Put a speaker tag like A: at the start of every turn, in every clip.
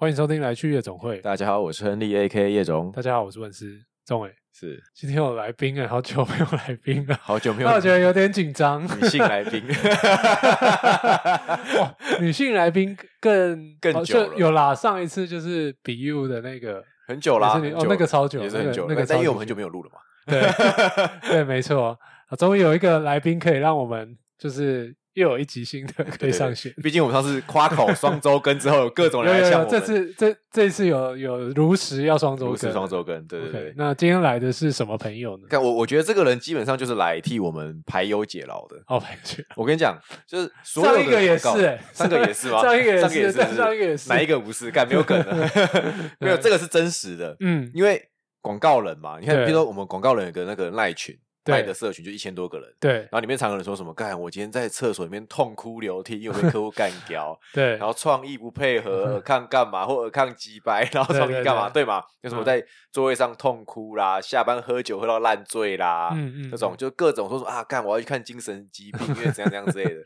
A: 欢迎收听来去夜总会。
B: 大家好，我是亨利 A.K. 叶总，
A: 大家好，我是文思钟伟。
B: 是
A: 今天有来宾哎，好久没有来宾了，
B: 好久没有
A: 那我觉得有点紧 张。
B: 女性来 宾，
A: 哇女性来宾更
B: 更
A: 哦
B: 久
A: 就
B: 了
A: 有啦，上一次就是 BU 的那 个，
B: 很久
A: 也
B: 啦，
A: 是你
B: 很
A: 哦
B: 久
A: 那个超久
B: 也是
A: 那
B: 很
A: 个
B: 久了，
A: 那个
B: 但因为
A: 超
B: 我们很
A: 久
B: 久没有录了嘛，
A: 对对，没错，啊终于有一个来宾可以让我们就是又有一集新的可以
B: 对
A: 上线。
B: 毕竟我们上次夸 口双周更之后，有各种
A: 有
B: 人
A: 有
B: 来向
A: 有，
B: 我
A: 这
B: 们，
A: 次这这次有有如实要双周
B: 不是
A: 更，
B: 双周更，对对
A: OK，
B: 对。
A: 那今天来的是什么朋友呢？
B: 但我我觉得这个人基本上就是来替我们排忧解劳的。
A: 哦，朋友 圈
B: 我跟你讲，就是所有
A: 上
B: 的
A: 一个也是、
B: 广告
A: 欸，
B: 上个也是 吗？
A: 上一个也
B: 上个也
A: 是，
B: 是
A: 但上一个也是，
B: 哪一？个不是？干没有梗 了， 没有
A: 对
B: 这个是真实的，
A: 嗯，
B: 因为广告人嘛，你看，
A: 对
B: 比如说我们广告人有个那个赖群，
A: 对
B: 赖的社群就一千多个人，
A: 对
B: 然后里面常有人说什么，干，我今天在厕所里面痛哭流涕，因为被客户干掉，
A: 对
B: 然后创意不 配合，尔抗干嘛，或尔抗击败，然后
A: 对
B: 创
A: 对
B: 意干嘛，
A: 对
B: 对嘛？有什么
A: 嗯
B: 在座位上痛哭啦，下班喝酒喝到烂醉啦，
A: 嗯嗯
B: 那啊种
A: 嗯
B: 就各种说什么啊，干，我要去看精神疾病，因为怎样怎样之 类的，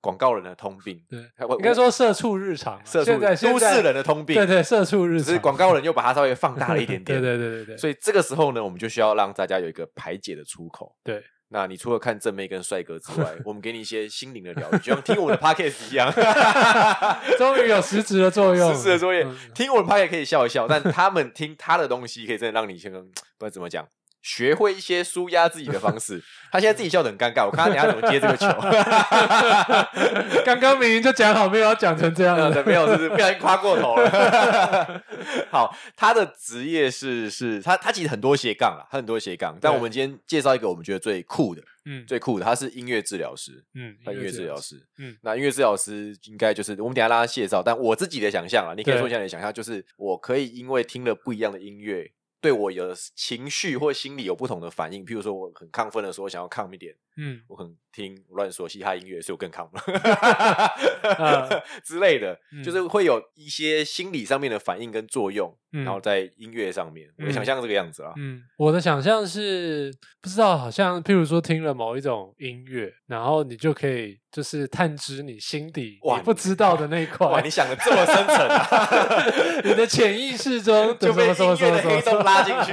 B: 广告人的通病，
A: 对，
B: 我
A: 应该说社畜日常啊，
B: 社畜
A: 现在
B: 都市人的通病，
A: 对对社畜日
B: 只
A: 常，
B: 是广告人又把它稍微放大了一点 点，
A: 对对对对对，
B: 所以这个时候呢，我们就需要让大家有一个排解的出口。
A: 对，
B: 那你除了看正妹跟帅哥 之外，我们给你一些心灵的疗愈，就像听我们的 podcast 一样，
A: 终于有实质的作 用，
B: 实时的作业
A: 嗯。
B: 听我们 podcast 可以笑一笑，但他们听他的东西，可以真的让你先跟不知道怎么讲。学会一些舒压自己的方式。他现在自己笑得很尴尬，我看他等一下怎么接这 个球。
A: 嗯刚刚明明就讲好，没有要讲成这样
B: 呃，
A: 的，
B: 对，没有，就是不小心夸过头了。 好，他的职业是是，他他其实很多斜杠啦，他很多斜杠。但
A: 对
B: 我们今天介绍一个我们觉得最酷的、
A: 嗯
B: 最酷的，他是音乐治疗师，
A: 嗯，
B: 他音乐治疗
A: 师，
B: 师。
A: 嗯
B: 那音乐治疗师应该就是我们等一下让他介绍，但我自己的想象啊，你可以
A: 对
B: 说一下你的想象，就是我可以因为听了不一样的音乐，对我有情绪或心理有不同的反应。譬如说，我很亢奋的时候，想要亢一点。
A: 嗯，
B: 我可能听乱说嘻哈音乐，所以我更亢
A: 嗯
B: 奋之类的，就是会有一些心理上面的反应跟作用，
A: 嗯
B: 然后在音乐上面，我
A: 嗯
B: 我想象这个样子啊，
A: 嗯，我的想象是不知道，好像譬如说听了某一种音乐，然后你就可以就是探知你心底
B: 哇
A: 你不知道的那一块，
B: 哇，你想的这么深层啊，
A: 你的潜意识中
B: 就被
A: 什么
B: 音
A: 什
B: 乐
A: 么什
B: 的
A: 么
B: 黑
A: 什么，
B: 洞拉进去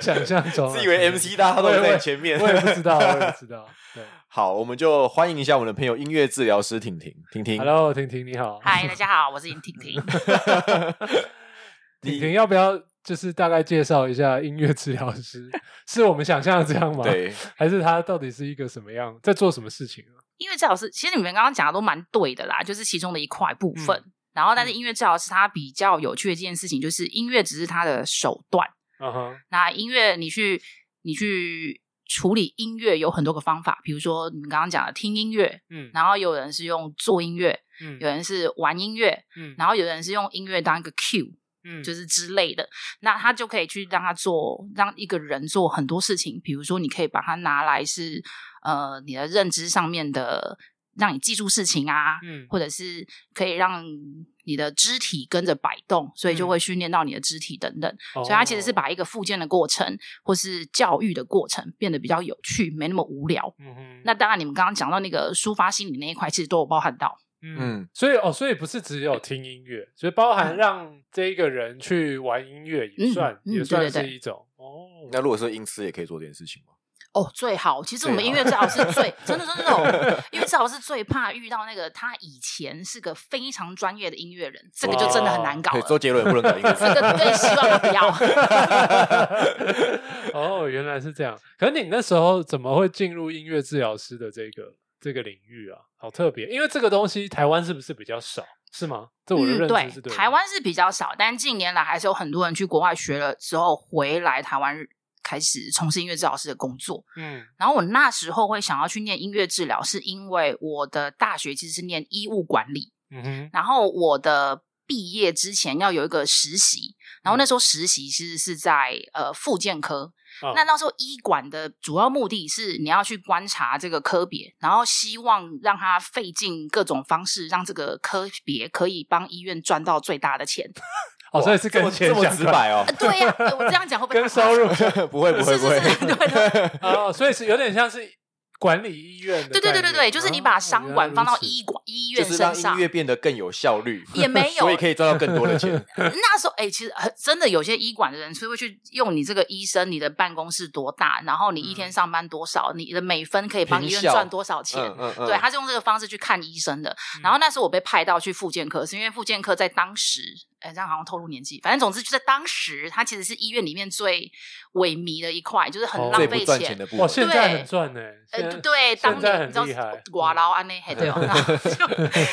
A: 想象中啊，
B: 自以为 MC 大家都
A: 我也
B: 在你前面，
A: 我也不知道，我也不知道。对
B: 好，我们就欢迎一下我们的朋友音乐治疗师婷婷，婷婷
A: ，Hello，婷 婷你好，
C: 嗨，大家好，我是尹婷婷。
A: 婷
B: 你
A: 婷要不要就是大概介绍一下音乐治疗师？ 是我们想象的这样吗？，
B: 对，
A: 还是他到底是一个什么样，在做什么事情啊？
C: 音乐治疗师，其实你们刚刚讲的都蛮对的啦，就是其中的一块部分。然后，但是音乐治疗师他比较有趣的一件事情，就是音乐只是他的手段。
A: 嗯哼，
C: 那音乐，你去你去处理音乐有很多个方法，比如说你们刚刚讲的听音乐，
A: 嗯
C: 然后有人是用做音乐，
A: 嗯
C: 有人是玩音乐，
A: 嗯
C: 然后有人是用音乐当一个 cue，
A: 嗯
C: 就是是之类的，那他就可以去让他做，让一个人做很多事情，比如说你可以把它拿来是呃你的认知上面的，让你记住事情啊，
A: 嗯
C: 或者是可以让你的肢体跟着摆动，所以就
A: 嗯
C: 会训练到你的肢体等等。
A: 哦
C: 所以它其实是把一个复健的过程或是教育的过程变得比较有趣，没那么无聊。
A: 嗯哼
C: 那当然，你们刚刚讲到那个抒发心理那一块，其实都有包含到。
A: 嗯，
B: 嗯，
A: 所以哦，所以不是只有听音乐，所以包含让这一个人去玩音乐也
C: 嗯
A: 算
C: 嗯
A: 也
C: 对
A: 算
C: 对对
A: 是一种哦。
B: 那如果是音痴也可以做这件事情吗？
C: 哦，最好。其实我们
B: 最
C: 音
B: 好
C: 乐治疗 师最真的真的哦，音乐治疗师最怕遇到那个他以前是个非常专业的音乐人，这个就真的很难搞
B: 对，
C: 了。
B: 周杰伦也不能搞音乐治疗
C: 这
B: 师，
C: 个对，希望我不要。
A: 哦，原来是这样。可是你那时候怎么会进入音乐治疗师的这个这个领域啊？好特别，因为这个东西台湾是不是比较少？是吗？这我的认知是
C: 对，
A: 的
C: 台湾是比较少，但近年来还是有很多人去国外学了之后回来台湾开始从事音乐治疗师的工作。
A: 嗯
C: 然后我那时候会想要去念音乐治疗，是因为我的大学其实是念医务管理，
A: 嗯哼
C: 然后我的毕业之前要有一个实习，
A: 嗯
C: 然后那时候实习其实是在呃复健科。
A: 哦
C: 那那时候医管的主要目的是你要去观察这个科别，然后希望让他费尽各种方式，让这个科别可以帮医院赚到最大的钱。
A: 哦，所以是
B: 这
A: 跟
B: 么
A: 钱
B: 这么
A: 相
B: 直
A: 关
B: 白哦
C: 呃，对 呀、我这样讲会不会
A: 跟收入
B: 不会不会
C: 是
B: 不
C: 是是，
B: 会，
C: 对对
A: 哦，所以是有点像是管理医院的
C: 对对对
A: 概
C: 对
A: 念
C: 对，就是你把
A: 哦
C: 商
A: 原来
C: 管
A: 如
C: 放到
A: 此
C: 医管医医
B: 就
C: 院
B: 是让
C: 身
B: 音
C: 上。
B: 乐变得更有效率，
C: 也没有
B: 所以可以赚到更多的钱。
C: 那时候，哎、其实很真的有些医馆的人是会去用你这个医生，你的办公室多大，然后你一天上班多少，你的每分可以帮
B: 平
C: 医院
B: 嗯效
C: 赚多少钱。
B: 嗯嗯嗯，
C: 对，他是用这个方式去看医生的。然后那时候我被派到去复健科，是因为复健科在当时，哎，这样好像透露年纪，反正总之就在当时，它其实是医院里面最萎靡的一块，就是很
A: 哦
C: 浪
B: 最
C: 费
B: 不赚钱的部
A: 哇，
B: 分，
A: 现在很赚呢、现
C: 呃，
A: 在
C: 对，当
A: 现在
C: 年
A: 很
C: 你知道
A: 厉害，嗯
C: 寡劳安内，嘿 对哦，然后就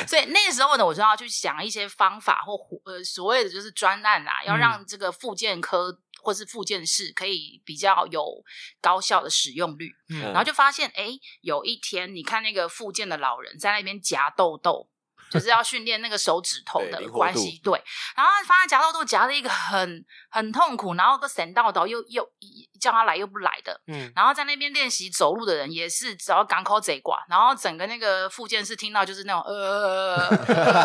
C: 所以那个时候呢，我就要去想一些方法或呃所谓的就是专案啊，要
A: 嗯
C: 让这个复健科或是复健室可以比较有高效的使用率。
A: 嗯
C: 然后就发现，哎，有一天你看那个复健的老人在那边夹痘痘，就是要训练那个手指头
B: 对灵
C: 的
B: 活度
C: 关系，对。然后他发现夹痘痘夹了一个很很痛苦，然后个神道道又又叫他来又不来的，
A: 嗯，
C: 然后在那边练习走路的人也是只要港口贼寡，然后整个那个附件是听到就是那种呃，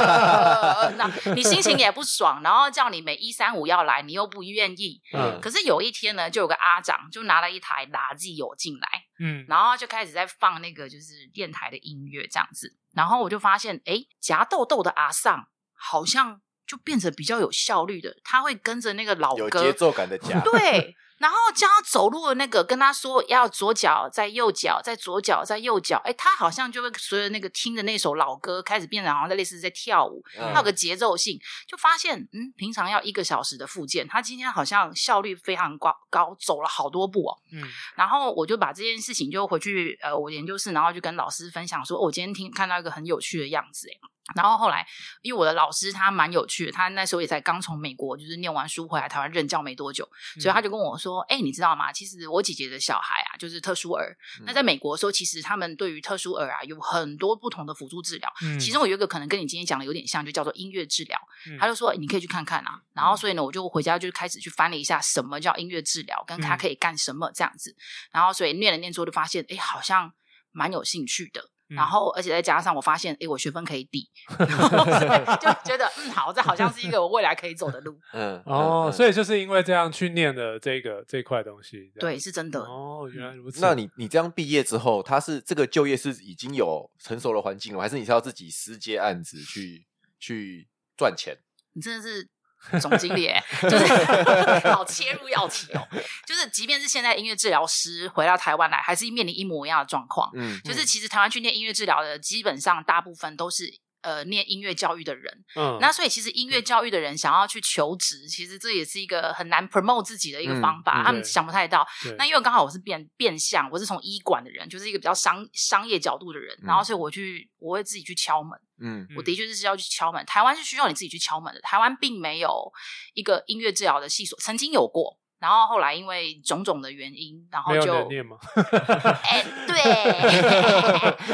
C: 呃那你心情也不爽，然后叫你每一三五要来，你又不愿意。
A: 嗯
C: 可是有一天呢，就有个阿长就拿了一台垃圾油进来，
A: 嗯，
C: 然后就开始在放那个就是电台的音乐这样子，然后我就发现，哎，夹豆豆的阿尚好像就变成比较有效率的，他会跟着那个老
B: 有
C: 歌
B: 节奏感的假，
C: 对，然后教他走路的那个跟他说要左脚在右脚，在左脚在右脚，哎，他好像就会随着那个听的那首老歌开始变得好像在类似在跳舞，
B: 嗯
C: 他有个节奏性，就发现嗯，平常要一个小时的复健，他今天好像效率非常高高，走了好多步哦。
A: 嗯
C: 然后我就把这件事情就回去呃我研究室，然后就跟老师分享说，哦我今天听看到一个很有趣的样子诶。欸然后后来，因为我的老师他蛮有趣的，他那时候也才刚从美国就是念完书回来台湾任教没多久，所
A: 嗯
C: 以他就跟我说：“哎、你知道吗？其实我姐姐的小孩啊，就是特殊儿。
B: 嗯
C: 那在美国的时候，其实他们对于特殊儿啊有很多不同的辅助治疗。
A: 嗯
C: 其中有一个可能跟你今天讲的有点像，就叫做音乐治疗。
A: 嗯
C: 他就说你可以去看看啊。然后所以呢，我就回家就开始去翻了一下什么叫音乐治疗，跟他
A: 嗯
C: 可以干什么这样子。然后所以念了念之后，就发现哎，好像蛮有兴趣的。
A: 嗯
C: 然后，而且再加上我发现，哎，我学分可以抵， 就觉得嗯，好，这好像是一个我未来可以走 的路。
B: 嗯，
A: 哦，
B: 以
A: 所以就是因为这样去念的这个这块东西，这样
C: 对，是真的。
A: 哦，原来如此。
B: 那你你这样毕业之后，他是这个就业是已经有成熟的环境了，还是你是要自己私接案子去去赚钱？
C: 你真的是总经理、欸，就是 好切入要题哦。就是，即便是现在音乐治疗师回到台湾来，还是面临一模一样的状况。
B: 嗯
C: 就是，其实台湾去念音乐治疗的，基本上大部分都是呃念音乐教育的人。
A: 嗯，
C: 那所以，其实音乐教育的人想要去求职，其实这也是一个很难 promote 自己的一个方法，
B: 嗯嗯
C: 他们
A: 对
C: 想不太到。
A: 对
C: 那因为刚好我是变变相，我是从医馆的人，就是一个比较商商业角度的人，
B: 嗯
C: 然后所以我去我会自己去敲门。
B: 嗯
C: 我的确是需要去敲门。台湾是需要你自己去敲门的，台湾并没有一个音乐治疗的系所，曾经有过，然后后来因为种种的原因，然后
A: 没有
C: 就
A: 人念吗？
C: 哎、 对，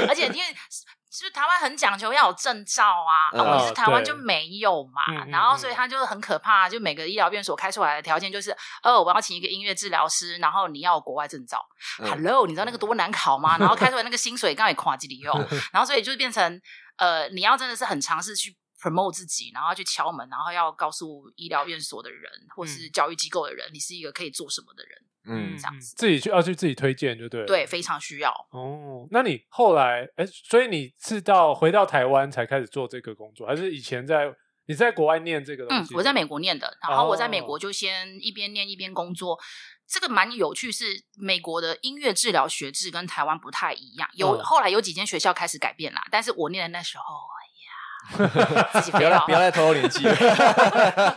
C: 而且因为。就是台湾很讲究要有证照啊，
B: 嗯
C: 啊，可是台湾
A: 哦对
C: 就没有嘛，
A: 嗯嗯
C: 然后
A: 嗯
C: 所以他就是很可怕，就每个医疗院所开出来的条件就是，呃，我要请一个音乐治疗师，然后你要有国外证照，
B: 嗯
C: Hello，你知道那个多难考吗？然后开出来那个薪水刚也夸几里用， 然后所以就变成呃，你要真的是很尝试去 promote 自己，然后去敲门，然后要告诉医疗院所的人或是教育机构的人，你是一个可以做什么的人，
B: 嗯
C: 这样子
A: 自己去要哦去自己推荐就对了。
C: 对，非常需要。
A: 哦，那你后来哎，所以你是到回到台湾才开始做这个工作，还是以前在你在国外念这个东
C: 嗯
A: 西？，
C: 我在美国念的，然后我在美
A: 哦
C: 国就先一边念一边工作。这个蛮有趣，是美国的音乐治疗学制跟台湾不太一样。有、
A: 嗯
C: 后来有几间学校开始改变啦，但是我念的那时候，哎 呀，自己
B: 不
C: 飞
B: 要
C: 到
B: 再不要再透露年纪 了，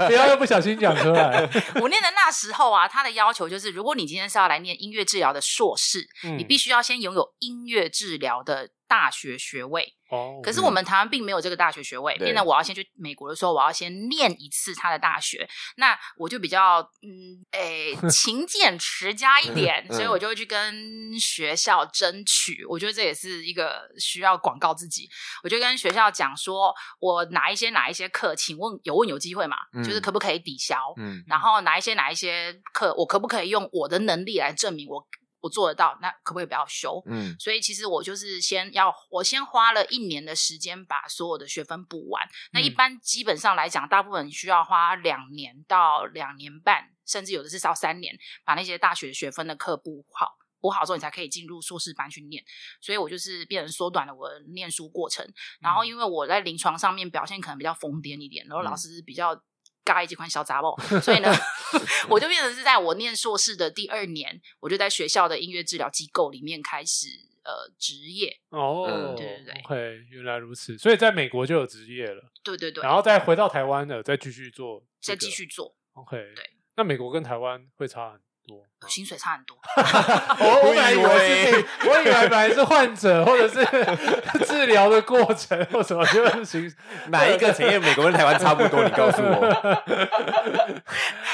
A: 不要又不小心讲出来。
C: 我念的那时候啊，他的要求就是，如果你今天是要来念音乐治疗的硕士，
A: 嗯
C: 你必须要先拥有音乐治疗的大学学位。
A: 哦，
C: 可是我们台湾并没有这个大学学位，
B: 嗯对
C: 变成我要先去美国的时候，我要先念一次他的大学。那我就比较嗯， 诶、勤俭持家一点，
B: 嗯嗯
C: 所以我就会去跟学校争取。我觉得这也是一个需要广告自己。我就跟学校讲说，我哪一些哪一些课，请问有问有机会嘛？
B: 嗯
C: 就是可不可以抵消？
B: 嗯
C: 然后哪一些哪一些课，我可不可以用我的能力来证明我我做得到？那可不可以不要修？
B: 嗯
C: 所以其实我就是先要，我先花了一年的时间把所有的学分补完。那一
A: 嗯
C: 般基本上来讲，大部分需要花两年到两年半，甚至有的是到三年，把那些大学学分的课补好。补好之后，你才可以进入硕士班去念。所以我就是变成缩短了我的念书过程。然后因为我在临床上面表现可能比较疯癫一点，然
A: 嗯
C: 后老师比较。嘎一几款小 杂包，所以呢， 我就变成是在我念硕士的第二年，我就在学校的音乐治疗机构里面开始呃职业。
A: 哦
B: 嗯，
C: 对对对
A: o k 原来如此，所以在美国就有职业了，
C: 对对对，
A: 然后再回到台湾的，再继续做这
C: 再
A: 个、
C: 继续做，
A: OK，
C: 对，
A: 那美国跟台湾会差很多 吗。
C: 薪水差 很多。
A: 我我本来以为
B: 我以
A: 是
B: 为
A: 被， 我以为本来是患者或者是 治疗的过程或什么，就是行
B: 哪一个产业美国跟台湾差不多？你告诉 我。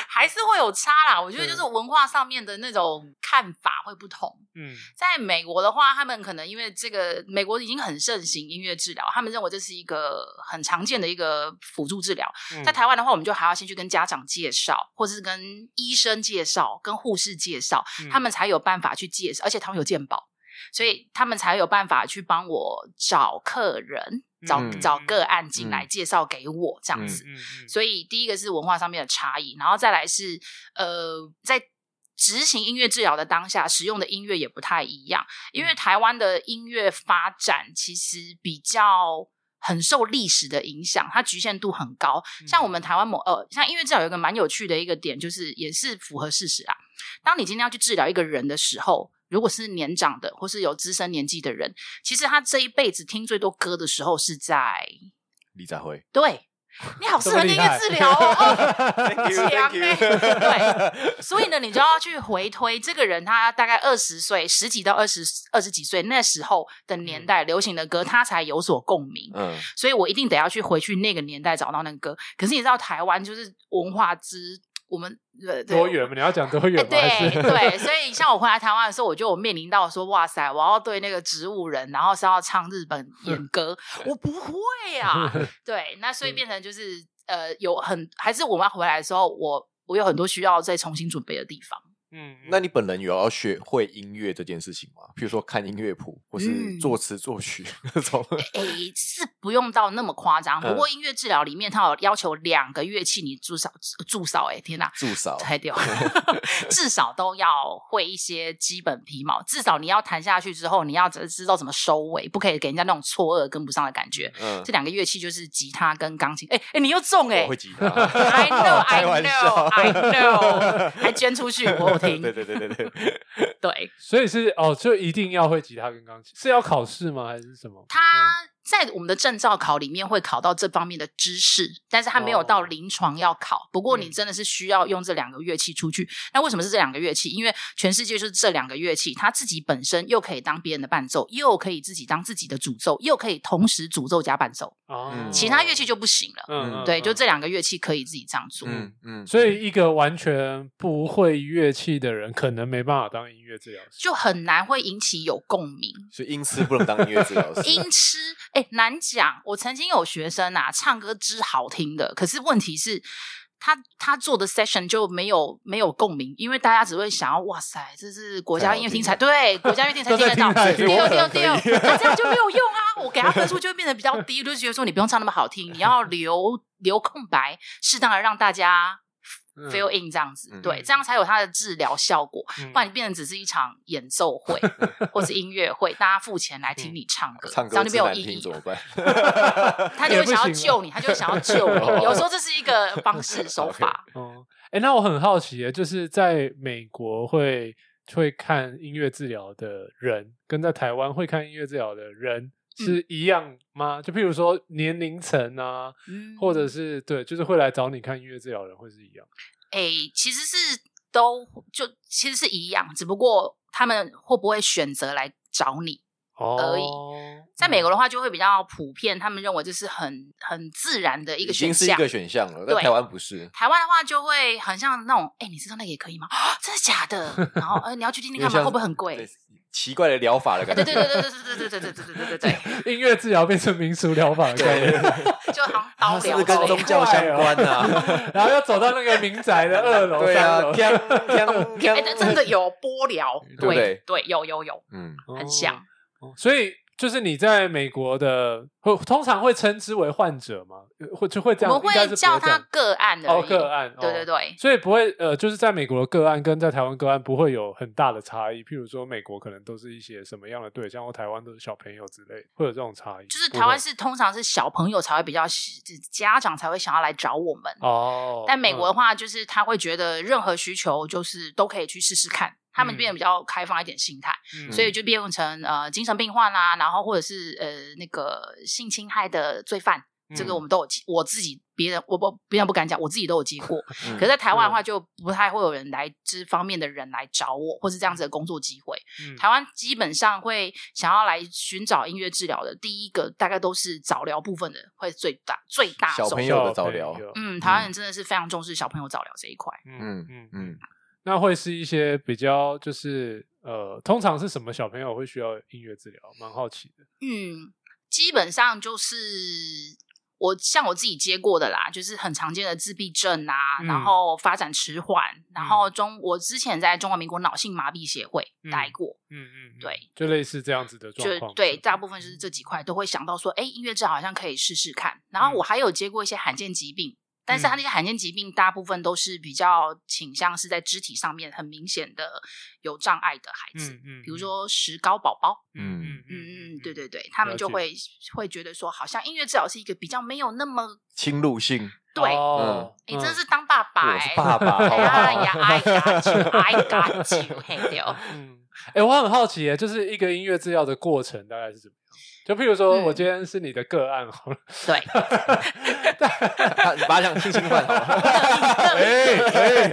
C: 还是会有差啦。我觉得就是文化上面的那种看法会不同。
A: 嗯
C: 在美国的话，他们可能因为这个美国已经很盛行音乐治疗，他们认为这是一个很常见的一个辅助治疗。
A: 嗯
C: 在台湾的话，我们就还要先去跟家长介绍，或者是跟医生介绍、跟护士介绍，
A: 嗯
C: 他们才有办法去介绍，而且他们有健保，所以他们才有办法去帮我找客人、找、
B: 嗯
C: 找个案进来
B: 嗯
C: 介绍给我这样
B: 嗯
C: 子。
A: 嗯嗯
C: 所以第一个是文化上面的差异，然后再来是呃，在执行音乐治疗的当下，使用的音乐也不太一样，因为
A: 嗯
C: 台湾的音乐发展其实比较。很受历史的影响，它局限度很高。
A: 嗯
C: 像我们台湾某呃，像音乐治疗有一个蛮有趣的一个点，就是也是符合事实啊。当你今天要去治疗一个人的时候，如果是年长的或是有资深年纪的人，其实他这一辈子听最多歌的时候是在
B: 李佳辉，
C: 对，你好适合音乐治疗 哦。哦强欸对所以呢，你就要去回推这个人，他大概二十岁、十几到二十二十几岁那时候的年代流行的歌，他才有所共鸣。
B: 嗯，
C: 所以我一定得要去回去那个年代找到那个歌。可是你知道，台湾就是文化之我们呃对
A: 多远嘛？你要讲多远
C: 哎
A: 吗？还是
C: 对对，所以像我回来台湾的时候，我就有面临到说，哇塞，我要对那个植物人，然后是要唱日 本演歌，我不会啊。对，那
A: 嗯
C: 所以变成就是、呃，有很还是我们要回来的时候，我我有很多需要再重新准备的地方。
A: 嗯，
B: 那你本人有要学会音乐这件事情吗？譬如说看音乐谱，或是
C: 嗯
B: 作词作曲那种。
C: 诶，是不用到那么夸张，不
B: 嗯
C: 过音乐治疗里面它有要求两个乐器，你至少至少诶，天哪！
B: 助手，
C: 太掉， 至少都要会一些基本皮毛，至少你要弹下去之后，你要知知道怎么收尾，不可以给人家那种错愕跟不上的感觉。
B: 嗯
C: 这，两个乐器就是吉他跟钢琴。哎、哎、你又中哎、
B: 我会吉他
C: I know,
B: 开
C: I
B: 玩笑
C: know, I know，还捐出去， 我有听。
B: 对 对对对对，
C: 对
A: 所以是哦，就一定要会吉他跟钢琴，是要考试吗？还是什么？嗯
C: 他在我们的证照考里面会考到这方面的知识，但是他没有到临床要考。不过你
A: 哦嗯
C: 真的是需要用这两个乐器出去。那为什么是这两个乐器？因为全世界就是这两个乐器，它自己本身又可以当别人的伴奏，又可以自己当自己的主奏，又可以同时主奏加伴奏，
A: 哦
B: 嗯，
C: 其他乐器就不行了。
A: 嗯，嗯
C: 对，就。
A: 嗯
C: 这两个乐器可以自己这样做。
B: 嗯嗯，
A: 所以，一个完全不会乐器的人，可能没办法当音乐治疗师。
C: 就很难会引起有共鸣，
B: 所以音痴不能当音乐治疗 师，
C: 音痴，哎、难讲。我曾经有学生啊，唱歌之好听的，可是问题是。他他做的 session 就没有没有共鸣，因为大家只会想要哇塞，这是国家音乐厅才对，国家音乐厅才
A: 都
C: 听
A: 在
C: 得到，
A: 听
B: 所以我
C: 丢
B: 可
C: 丢
B: 能
C: 丢，
B: 可以
C: 那这样就没有用啊！我给他分数就会变得比较低，就觉得说你不用唱那么好听，你要留留空白，适当的让大家
A: 嗯
C: fill in 这样子，
B: 嗯
C: 对，这样才有它的治疗效果。
A: 嗯
C: 不然你变成只是一场演 奏会或是音乐会，大家付钱来听你唱歌，
B: 嗯唱
C: 这
B: 歌
C: 样就
B: 之
C: 没有
B: 难
C: 意
B: 听
C: 义
B: 怎。么办？
C: 他就
A: 也
C: 会想要
A: 不行啊吗
C: 救你，他就会想要救
B: 哦
C: 你。有时候这是一个方式手法。
A: 哦，哎，那我很好奇耶，就是在美国会会看音乐治疗的人，跟在台湾会看音乐治疗的人
C: 嗯
A: 是一样吗？就譬如说年龄层啊，
C: 嗯
A: 或者是对，就是会来找你看音乐治疗的人会是一样。
C: 诶、其实是都就其实是一样，只不过他们会不会选择来找你？
A: 哦，
C: 而已在美国
A: 嗯
C: 的话，就会比较普遍，他们认为这是很很自然的一
B: 已
C: 个
B: 经
C: 选
B: 是一
C: 项。
B: 个选项了，但
C: 对
B: 台湾不是，
C: 台湾的话就会很像那种，哎、你知道那个也可以吗？啊真的 假的？然后，呃，你要去听
B: 你
C: 听看吗？会不会很贵？？
B: 奇怪的疗法的
C: 对
B: 感
C: 对
B: 觉，
C: 对对对对对对对对对对对对，
A: 音乐治疗变成民俗疗法的概念，
C: 就好像
B: 它
C: 刀
B: 是
C: 疗
B: 不是
C: 之
B: 跟
C: 类
B: 宗
C: 的。
B: 教相关啊？
A: 然后要走到那个民宅的二楼、
B: 对啊
A: 三，楼，
B: 锵锵
C: 哎、这
B: 锵，
C: 真的有波疗，
B: 嗯对不对
C: 对，有有有，
B: 嗯，
A: 哦
C: 很像。
A: 哦所以就是你在美国的，会通常会称之为患者吗？呃会就会这
C: 我
A: 样，应
C: 们
A: 该是
C: 会
A: 不
C: 叫
A: 这样
C: 它个案的。
A: 哦个案，
C: 对
A: 哦
C: 对对，
A: 所以不会呃，就是在美国的个案跟在台湾个案不会有很大的差异。譬如说，美国可能都是一些什么样的对象，或台湾都是小朋友之类，会有这种差异。
C: 就是
A: 不
C: 台湾
A: 会
C: 是通常是小朋友才会比较喜，家长才会想要来找我们。
A: 哦，
C: 但美国
A: 嗯
C: 的话，就是他会觉得任何需求就是都可以去试试看，他们
A: 嗯
C: 变得比较开放一点心态，
A: 嗯
C: 所以就变成呃精神病患啊，然后或者是呃那个性侵害的罪犯，这个
A: 嗯
C: 我们都有接，我自己别人我不别人不敢讲，我自己都有接 过。
B: 嗯
C: 可是在台湾的话，就不太会有人来这方面的人来找我，或是这样子的工作机会。
A: 嗯
C: 台湾基本上会想要来寻找音乐治疗的，第一个大概都是早疗部分的会最大最大
B: 小
C: 众
B: 朋友
A: 小
B: 的早
A: 朋
B: 疗
A: 友
C: 嗯，台湾人真的是非常重视小朋友早疗这一块。
A: 嗯嗯嗯，
B: 嗯，
A: 那会是一些比较就是呃，通常是什么小朋友会需要音乐治疗？蛮好奇的。
C: 嗯，基本上就是我像我自己接过的啦，就是很常见的自闭症啊，
A: 嗯
C: 然后发展迟缓，然后中我之前在中华民国脑性麻痹协会
A: 嗯
C: 待过，
A: 嗯嗯，嗯
C: 对，嗯
A: 就类似这样子的状
C: 就
A: 况。嗯
C: 对，
A: 吧
C: 大部分是这几块都会想到说，哎，音乐治疗好像可以试试看。然后
A: 嗯
C: 我还有接过一些罕见疾病，但是它
A: 嗯
C: 那些罕见疾病大部分都是比较倾向是在肢体上面很明显的有障碍的孩子，
A: 嗯嗯，
C: 比如说石膏宝宝。
B: 嗯
C: 嗯嗯，对对对，他们
A: 了
C: 就
A: 解
C: 会会觉得说，好像音乐治疗是一个比较没有那么
B: 侵入性，
C: 对。
A: 哦，
C: 你真
A: 嗯
C: 是当爸爸、欸，
B: 我是爸爸，好
C: 哎
B: 不
C: 呀
B: 好？
C: 呀，I got you，I got you，嘿对哦
A: 嗯，哎、我很好奇耶，就是一个音乐治疗的过程大概是怎么样？就譬如说，
C: 嗯
A: 我今天是你的个案好了，
C: 对，
B: 他你把他想性侵犯好了，
A: 哎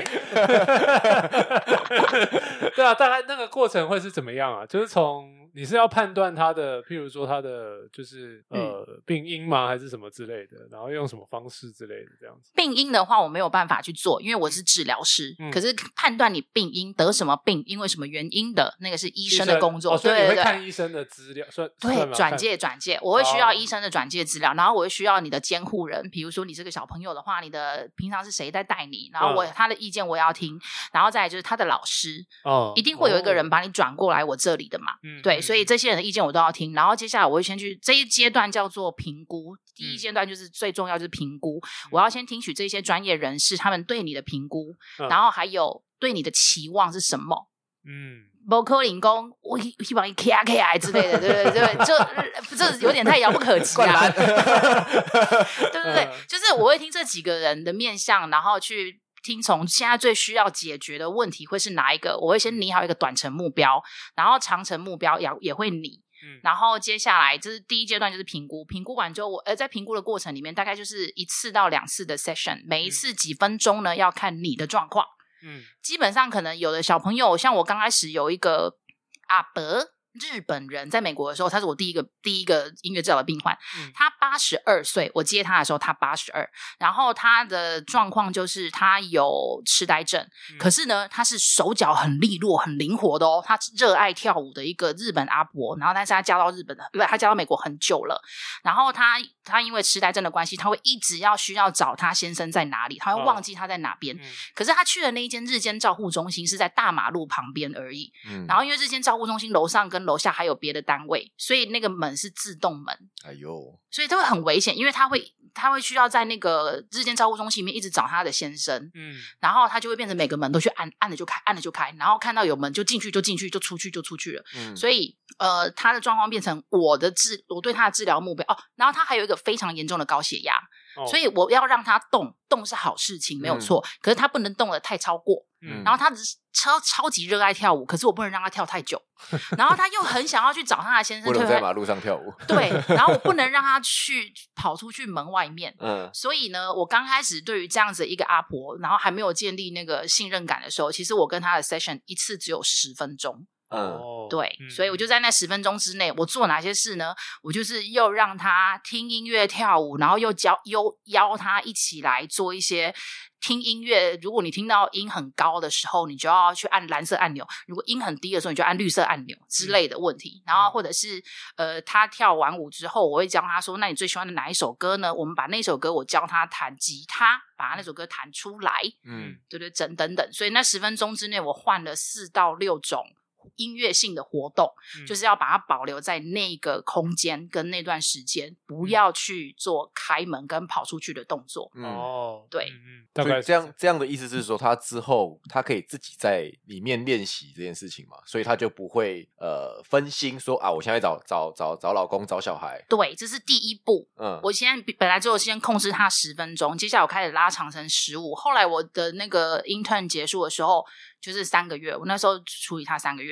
A: 对啊，大概那个过程会是怎么样啊？就是从你是要判断他的，譬如说他的就是呃、
C: 嗯
A: 病因吗，还是什么之类的，然后用什么方式之类的这样子。
C: 病因的话我没有办法去做，因为我是治疗师。
A: 嗯
C: 可是判断你病因得什么病，因为什么原因的那个是医
A: 医
C: 生的工作，
A: 哦、所以你
C: 对
A: 会
C: 对对。
A: 看医生的资料，算算
C: 对，
A: 吗
C: 转
A: 看
C: 介转介，我会需要
A: 哦
C: 医生的转介资料，然后我会需要你的监护人，比如说你这个小朋友的话，你的平常是谁在带你，然后我、
A: 嗯
C: 他的意见我也要听，然后再来就是他的老师，
A: 哦，
C: 一定会有一个人
A: 哦，
C: 把你转过来我这里的嘛。
A: 嗯
C: 对，所以
A: 嗯
C: 这些人的意见我都要听，然后接下来我会先去这一阶段叫做评估，第一
A: 嗯
C: 阶段就是最重要就是评估，我要先听取这些专业人士他们对你的评估，
A: 嗯
C: 然后还有对你的期望是什么。
A: 嗯，
C: 包科领工，我希望你 K R K I 之类的，对对对，就这有点太遥不可及
B: 灌
C: 啊，
B: 篮
C: 对对对
A: 嗯，
C: 就是我会听这几个人的面相，然后去听从现在最需要解决的问题会是哪一个，我会先拟好一个短程目标，然后长程目标也也会拟，
A: 嗯
C: 然后接下来这是第一阶段，就是评估。评估完之后，我呃在评估的过程里面，大概就是一次到两次的 session，每一次几分钟呢，要看你的状况。
A: 嗯
C: 基本上，可能有的小朋友，像我刚开始有一个阿伯，日本人，在美国的时候，他是我第一个第一个音乐治疗的病患。
A: 嗯
C: 他八十二岁，我接他的时候他八十二，然后他的状况就是他有痴呆症，
A: 嗯
C: 可是呢，他是手脚很利落、很灵活的哦。他热爱跳舞的一个日本阿伯，然后但是他嫁到日本的，不是他嫁到美国很久了。然后他他因为痴呆症的关系，他会一直要需要找他先生在哪里，他会
A: 哦
C: 忘记他在哪边。
A: 嗯
C: 可是他去的那一间日间照护中心是在大马路旁边而已。
B: 嗯
C: 然后因为日间照护中心楼上跟楼下还有别的单位，所以那个门是自动门。
B: 哎呦，
C: 所以都会很危险，因为他会他会需要在那个日间照护中心里面一直找他的先生，
A: 嗯
C: 然后他就会变成每个门都去按，按了就开，按了就开，然后看到有门就进去，就进去，就出去，就出去了。
B: 嗯
C: 所以呃，他的状况变成我的治，我对他的治疗目标哦，然后他还有一个非常严重的高血压，
A: 哦
C: 所以我要让他动，动是好事情，没有错，可是他不能动的太超过。
A: 嗯
C: 然后他只是超超级热爱跳舞，可是我不能让他跳 太久，然后他又很想要去找他的先生，
B: 不
C: 对
B: 能
C: 不
B: 在
C: 对？
B: 马路上跳舞，
C: 对， 然后我不能让他去跑出去门外面。
B: 嗯
C: 所以呢，我刚开始对于这样子一个阿婆，然后还没有建立那个信任感的时候，其实我跟她的 session 一次只有十分钟，
B: 嗯
A: 哦
C: 对，
A: 嗯
C: 所以我就在那十分钟之内，我做哪些事呢？我就是又让她听音乐跳舞，然后又教又邀她一起来做一些听音乐。如果你听到音很高的时候，你就要去按蓝色按钮；如果音很低的时候，你就按绿色按钮之类的问题。然后或者是呃，她跳完舞之后，我会教她说：“那你最喜欢的哪一首歌呢？”我们把那首歌我教她弹吉他，把那首歌弹出来。
B: 嗯
C: 对对，等等等，所以那十分钟之内，我换了四到六种音乐性的活动，
A: 嗯
C: 就是要把它保留在那个空间跟那段时间，不要去做开门跟跑出去的动作。
B: 嗯，
A: 哦，
C: 对
A: 嗯，嗯大
B: 所
A: 概
B: 以
A: 是
B: 这样这样的意思是说，他之后他可以自己在里面练习这件事情嘛，所以他就不会呃分心说啊，我现在找找找找老公找小孩，
C: 对，这是第一步。
B: 嗯，
C: 我现在本来就先控制它十分钟，接下来我开始拉长成十五。后来我的那个 intern 结束的时候，就是三个月，我那时候处理它三个月。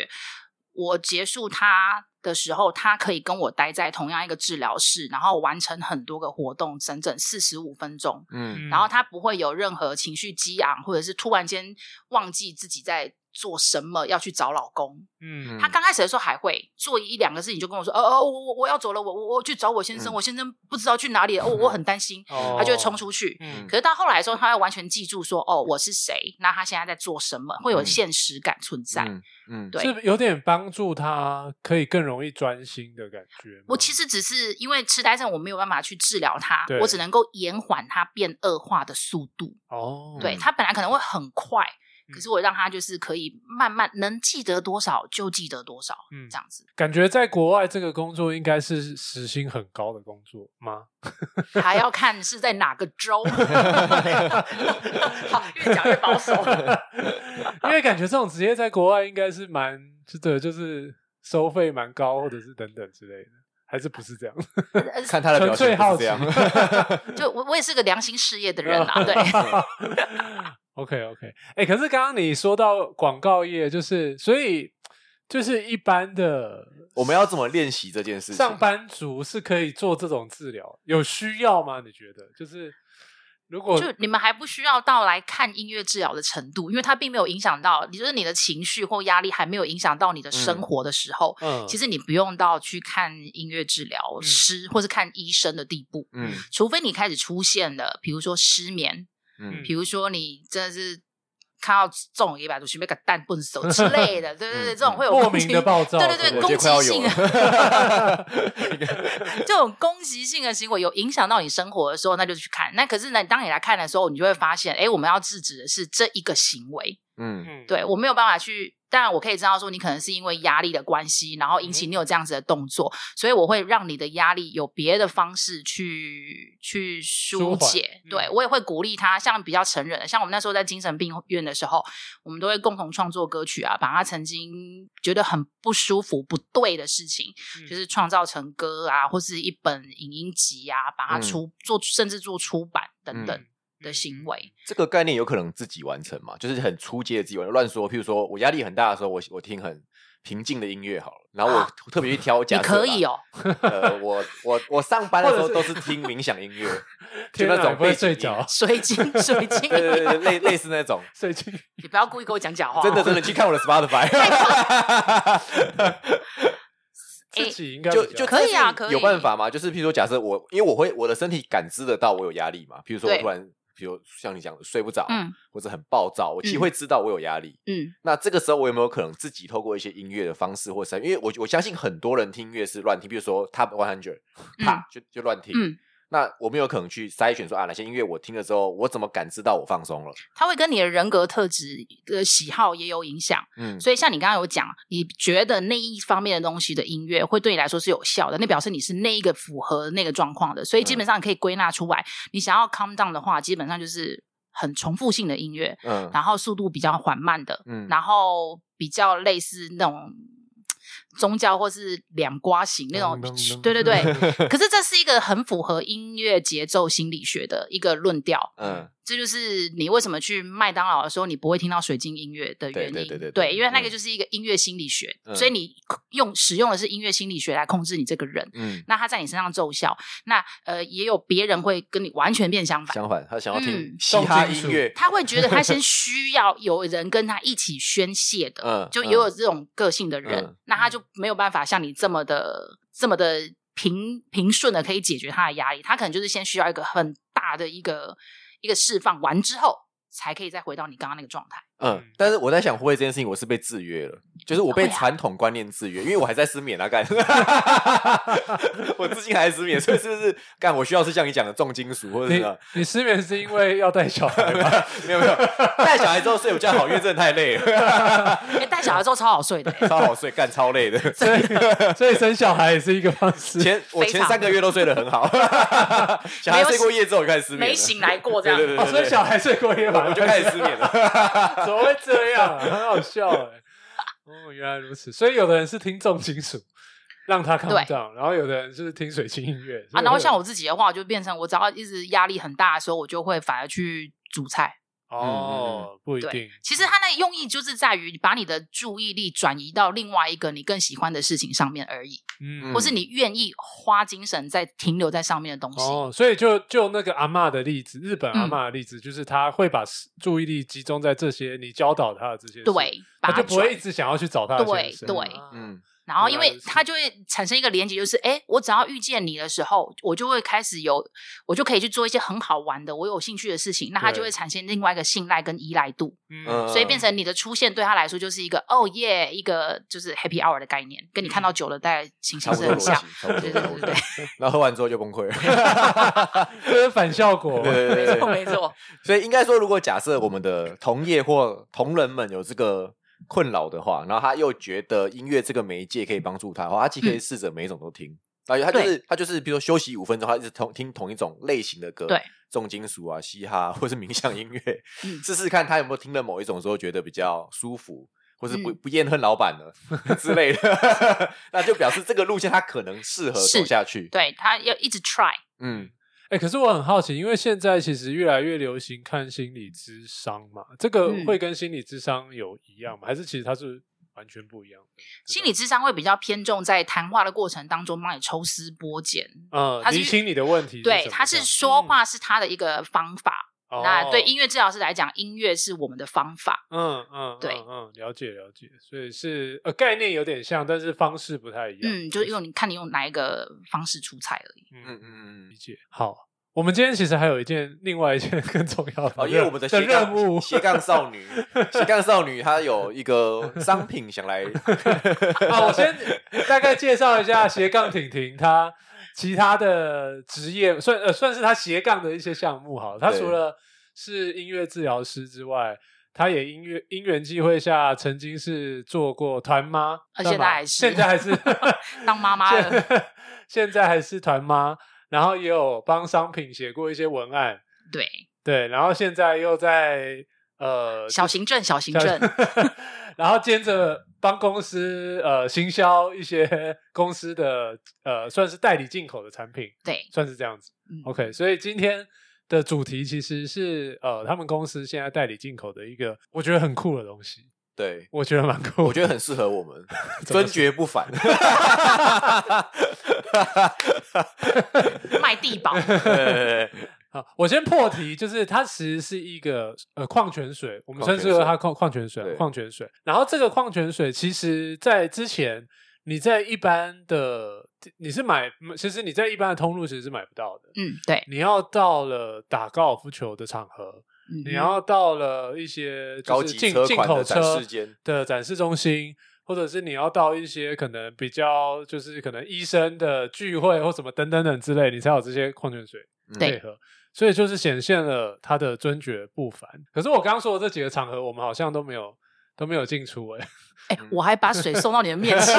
C: 我结束它的时候，它可以跟我待在同样一个治疗室，然后完成很多个活动，整整四十五分钟。
B: 嗯
A: 嗯
C: 然后他不会有任何情绪激昂，或者是突然间忘记自己在做什么，要去找老公。
A: 嗯
B: 嗯
C: 他刚开始的时候还会做一两个事情，就跟我说：“哦哦，我我我要走了，我我我去找我先生，
B: 嗯
C: 我先生不知道去哪里了，哦，我很担心。”
A: 哦
C: 他就会冲出去。
A: 嗯
C: 可是到后来的时候，他会完全记住说：“哦，我是谁？那他现在在做什么？”会有
B: 嗯
C: 现实感存在。
B: 嗯嗯
C: 对
A: 是不是有点帮助他可以更容易专心的感觉吗。
C: 我其实只是因为痴呆症，我没有办法去治疗它
A: 嗯对，
C: 我只能够延缓它变恶化的速度。
A: 哦，
C: 对
B: 嗯
C: 他本来可能会很快，
A: 嗯
C: 可是我让他就是可以慢慢能记得多少就记得多少，
A: 嗯
C: 这样子。
A: 感觉在国外这个工作应该是时薪很高的工作吗？
C: 还要看是在哪个 州， 好，越讲越 保守。
A: 因为感觉这种职业在国外应该是蛮是的，就是收费蛮高，或者是等等之类的，还是不是这样？
B: 看他的表情
A: 纯粹
B: 不
A: 好
B: 是
A: 奇
B: 这样，
C: 呃就我我也是个良心事业的 人啊，对，
A: OK OK，哎、可是刚刚你说到广告业，就是所以就是一般的
B: 我们要怎么练习这件事情？
A: 上班族是可以做这种治疗，有需要吗？你觉得？就是如果
C: 就你们还不需要到来看音乐治疗的程度，因为它并没有影响到，就是你的情绪或压力还没有影响到你的生活的时候，
A: 嗯，
C: 其
A: 实
C: 实你不用到去看音乐治疗师、
A: 嗯
C: 或是看医生的地步。
B: 嗯
C: 除非你开始出现了，比如说失眠，
B: 嗯
C: 比如说你真的是看到中了一百多，随便个蛋笨手之类 的，对对对，这种会有
A: 嗯莫
C: 攻
A: 名
C: 击
A: 的暴躁，
C: 对
B: 我觉
C: 对对，攻
B: 得快要
C: 击
B: 有
C: 性啊
B: 了嗯
C: 的这种攻击性的行为有影响到你生活的时候，那就去看。那可是呢，当你来看的时候，你就会发现，哎，我们要制止的是这一个行为。
B: 嗯
A: 嗯，
C: 对我没有办法去，当然我可以知道说你可能是因为压力的关系，然后引起你有这样子的动作，所以我会让你的压力有别的方式去去
A: 舒
C: 疏
A: 缓
C: 解。
A: 嗯
C: 对我也会鼓励他，像比较成人的，像我们那时候在精神病院的时候，我们都会共同创作歌曲啊，把他曾经觉得很不舒服、不对的事情，
A: 嗯
C: 就是创造成歌啊，或是一本影音集啊，把它出、做，甚至做出版等等的行为。
B: 这个概念有可能自己完成嘛？就是很初阶的自己完成，乱说。譬如说我压力很大的时候，我我听很平静的音乐好了，然后我
C: 啊
B: 特别去挑假
C: 你
B: 设啦
C: 可以哦，
B: 呃，我我我上班的时候
A: 或者
B: 都是听冥想音乐，就
A: 天
B: 那
A: 哪
B: 种
A: 不会睡
B: 背景音
A: 着，
C: 水晶水 晶，
B: 对对对，类类似那种，
A: 睡去
C: 你不要故意跟我讲假话、
B: 真的真
C: 的。
B: 的去看我的 Spotify。
C: 哎
A: 自己应该
B: 就
A: 比较
B: 就
C: 可以啊
B: 这是
C: 可以
B: 有办法吗？就是譬如说，假设我，因为我会我的身体感知得到我有压力嘛，譬如说我
C: 对
B: 突然，譬如像你讲的睡不着，
C: 嗯
B: 或者很暴躁，我其实
C: 嗯
B: 会知道我有压力。
C: 嗯，
B: 那这个时候我有没有可能自己透过一些音乐的方式或声，因为我我相信很多人听音乐是乱听，比如说 Top One Hundred，啪、就就乱听。
C: 嗯
B: 那我们有可能去筛选说啊，哪些音乐我听了之后，我怎么感知到我放松了？
C: 它会跟你的人格特质的喜好也有影响。
B: 嗯，
C: 所以像你刚刚有讲，你觉得那一方面的东西的音乐会对你来说是有效的，那表示你是那一个符合那个状况的，所以基
B: 嗯
C: 本上你可以归纳出来，你想要 calm down 的话，基本上就是很重复性的音乐，
B: 嗯
C: 然后速度比较缓慢的，
B: 嗯
C: 然后比较类似那种。宗教或是两瓜型那种
A: 咚咚，咚
C: 对对对， 可是这是一个很符合音乐节奏心理学的一个论调，
B: 嗯
C: 这就是你为什么去麦当劳的时候你不会听到水晶音乐的原因。
B: 对对对对对
C: 因为那
B: 嗯
C: 个就是一个音乐心理学，
B: 嗯
C: 所以你用使用的是音乐心理学来控制你这个人。
B: 嗯，
C: 那它在你身上奏效，那呃也有别人会跟你完全变相反。
B: 相反，他想要听
C: 嗯
B: 嘻哈
A: 重金属
B: 音乐，
C: 他会觉得他先需要有人跟他一起宣泄的，
B: 嗯
C: 就也有这种个性的人，
B: 嗯
C: 那他就没有办法像你这么的、这么的平平顺的可以解决他的压力，他可能就是先需要一个很大的一个一个释放完之后，才可以再回到你刚刚那个状态。
B: 嗯
A: 嗯，
B: 但是我在想，会这件事情我是被制约了，就是我被
C: 会啊
B: 传统观念制约，因为我还在失眠啊， 干，我至今还在失眠，所以是不是干？我需要是像你讲的重金属或者 是
A: 你
B: 什么？
A: 你失眠是因为要带小孩吗？
B: 没有没有，带小孩之后睡午觉好，因为真的太累 了，
C: 哎，带小孩之后超好 睡的、
B: 超好睡，干超累的。
A: 所以所以生小孩也是一个方式。
B: 前我
C: 非
B: 前
C: 常
B: 三个月都睡得很好，小孩睡过夜之后我就开始失眠了，
C: 没醒来 过这样。
B: 对对
A: 哦，所以小孩睡过夜晚
B: 我就开始失眠了。
A: 怎么会这样、啊？很好笑哎、哦，原来如此。所以有的人是听重金属，让他 calm
C: 对
A: down，然后有的人是听水晶音乐
C: 啊，然后像我自己的话，我就变成我只要一直压力很大的时候，我就会反而去煮菜。
A: 哦，不一
C: 对
A: 定。
C: 其实它那个用意就是在于把你的注意力转移到另外一个你更喜欢的事情上面而已，
A: 嗯
C: 或是你愿意花精神在停留在上面的东西。
A: 哦，所以就就那个阿嬷的例子，日本阿嬷的例子，就是他会把注意力集中在这些你教导他的这些事，，
C: 对，把
A: 他
C: 它
A: 就不会
C: 转
A: 一直想要去找他的
C: 对
A: 先生
C: 对
A: 啊
B: 嗯，
C: 然后，因
A: 原来
C: 为
A: 如此
C: 它就会产生一个连接，就是哎，诶我只要遇见你的时候，我就会开始有，我就可以去做一些很好玩的、我有兴趣的事情，那它
A: 对
C: 就会产生另外一个信赖跟依赖度，
A: 嗯
B: 嗯
C: 所以变成你的出现对他来说就是一个哦耶，一个就是 happy hour 的概念，跟你看
A: 嗯
C: 到久了大概情
B: 差
C: 形
B: 不多逻
C: 是很
B: 辑，
C: 像
B: 差。不多，
C: 对
B: 差
C: 对
B: 不
C: 对
B: 多
C: 对。
B: 然后喝完之后就崩溃了。
A: 这是反效果。
B: 对对对
C: 对，
B: 对
C: 没错没错，
B: 所以应该说，如果假设我们的同业或同仁们有这个困扰的话，然后他又觉得音乐这个媒介可以帮助他的话，他既可
C: 嗯
B: 以试着每一种都听。而且他就是他就是，比如说休息五分钟，他一直同听同一种类型的歌，
C: 对，
B: 重金属啊、嘻哈或是冥想音乐，
C: 嗯
B: 试试看他有没有听了某一种之后觉得比较舒服，或是不
C: 嗯
B: 不厌恨老板 了之类的， 那就表示这个路线他可能适合走
C: 是
B: 下去。
C: 对他要一直 try，
B: 嗯，
A: 哎、可是我很好奇，因为现在其实越来越流行看心理智商嘛，这个
C: 嗯
A: 会跟心理智商有一样吗？还是其实它是完全不一样的？
C: 心理智商会比较偏重在谈话的过程当中帮你抽丝剥茧。
A: 呃，
C: 它是
A: 厘清你的问题什么这样，
C: 对，他是说话是他的一个方法。
A: 嗯，
C: 那
A: 哦
C: 对音，乐治疗师来讲，音乐是我们的方法。
A: 嗯嗯，
C: 对
A: 嗯嗯，了解了解，所以是呃概念有点像，但是方式不太一样，
C: 嗯，就是用你看你用哪一个方式出菜而已。
A: 嗯
B: 嗯嗯嗯
A: 理解好。我们今天其实还有一件另外一件 更重要的任，
B: 哦，因为我们的斜
A: 任务
B: 杠 斜杠 少女，斜杠少女她有一个商品想 来，
A: 啊，我先大概介绍一下斜杠挺挺他其他的职业，算呃算是他斜杠的一些项目好了。他
B: 对
A: 除了是音乐治疗师之外，他也音乐因缘际会下曾经是做过团妈，
C: 呃
A: 干
C: 现
A: 嘛
C: 在还是
A: 现在还是
C: 当妈妈了，
A: 现现在还是团妈，然后也有帮商品写过一些文案，
C: 对，
A: 对，然后现在又在呃
C: 小行政，小行
A: 小
C: 政，
A: 然后接着帮公司呃行销一些公司的呃算是代理进口的产品，
C: 对，
A: 算是这样子。
C: 嗯
A: OK，所以今天的主题其实是呃他们公司现在代理进口的一个我觉得很酷的东西，
B: 对
A: 我觉得蛮酷的。
B: 我觉得很适合我们，
A: 怎么
B: 尊爵 不凡。
C: 卖地嗯保，
B: 对
A: 好，我先破题，就是它其实是一个呃矿泉水，我们
B: 矿
A: 称
B: 泉
A: 之为
B: 水
A: 它矿矿泉水，啊
B: 对
A: 矿泉水。然后这个矿泉水，其实在之前你在一般的你是买，其实你在一般的通路其实是买不到的。
C: 嗯， 对，
A: 你要到了打高尔夫球的场合，
C: 嗯
A: 你要到了一些
B: 高
A: 就
B: 级
A: 是进
B: 车
A: 进
B: 款
A: 口
B: 的
A: 车
B: 展示间，
A: 的展示中心，或者是你要到一些可能比较就是可能医生的聚会或什么等等等之类，你才有这些矿泉水
B: 嗯
A: 配
C: 对
A: 合。所以就是显现了他的尊爵不凡。可是我刚刚说的这几个场合，我们好像都没有都没有进出哎、
C: 哎，我还把水送到你们面前，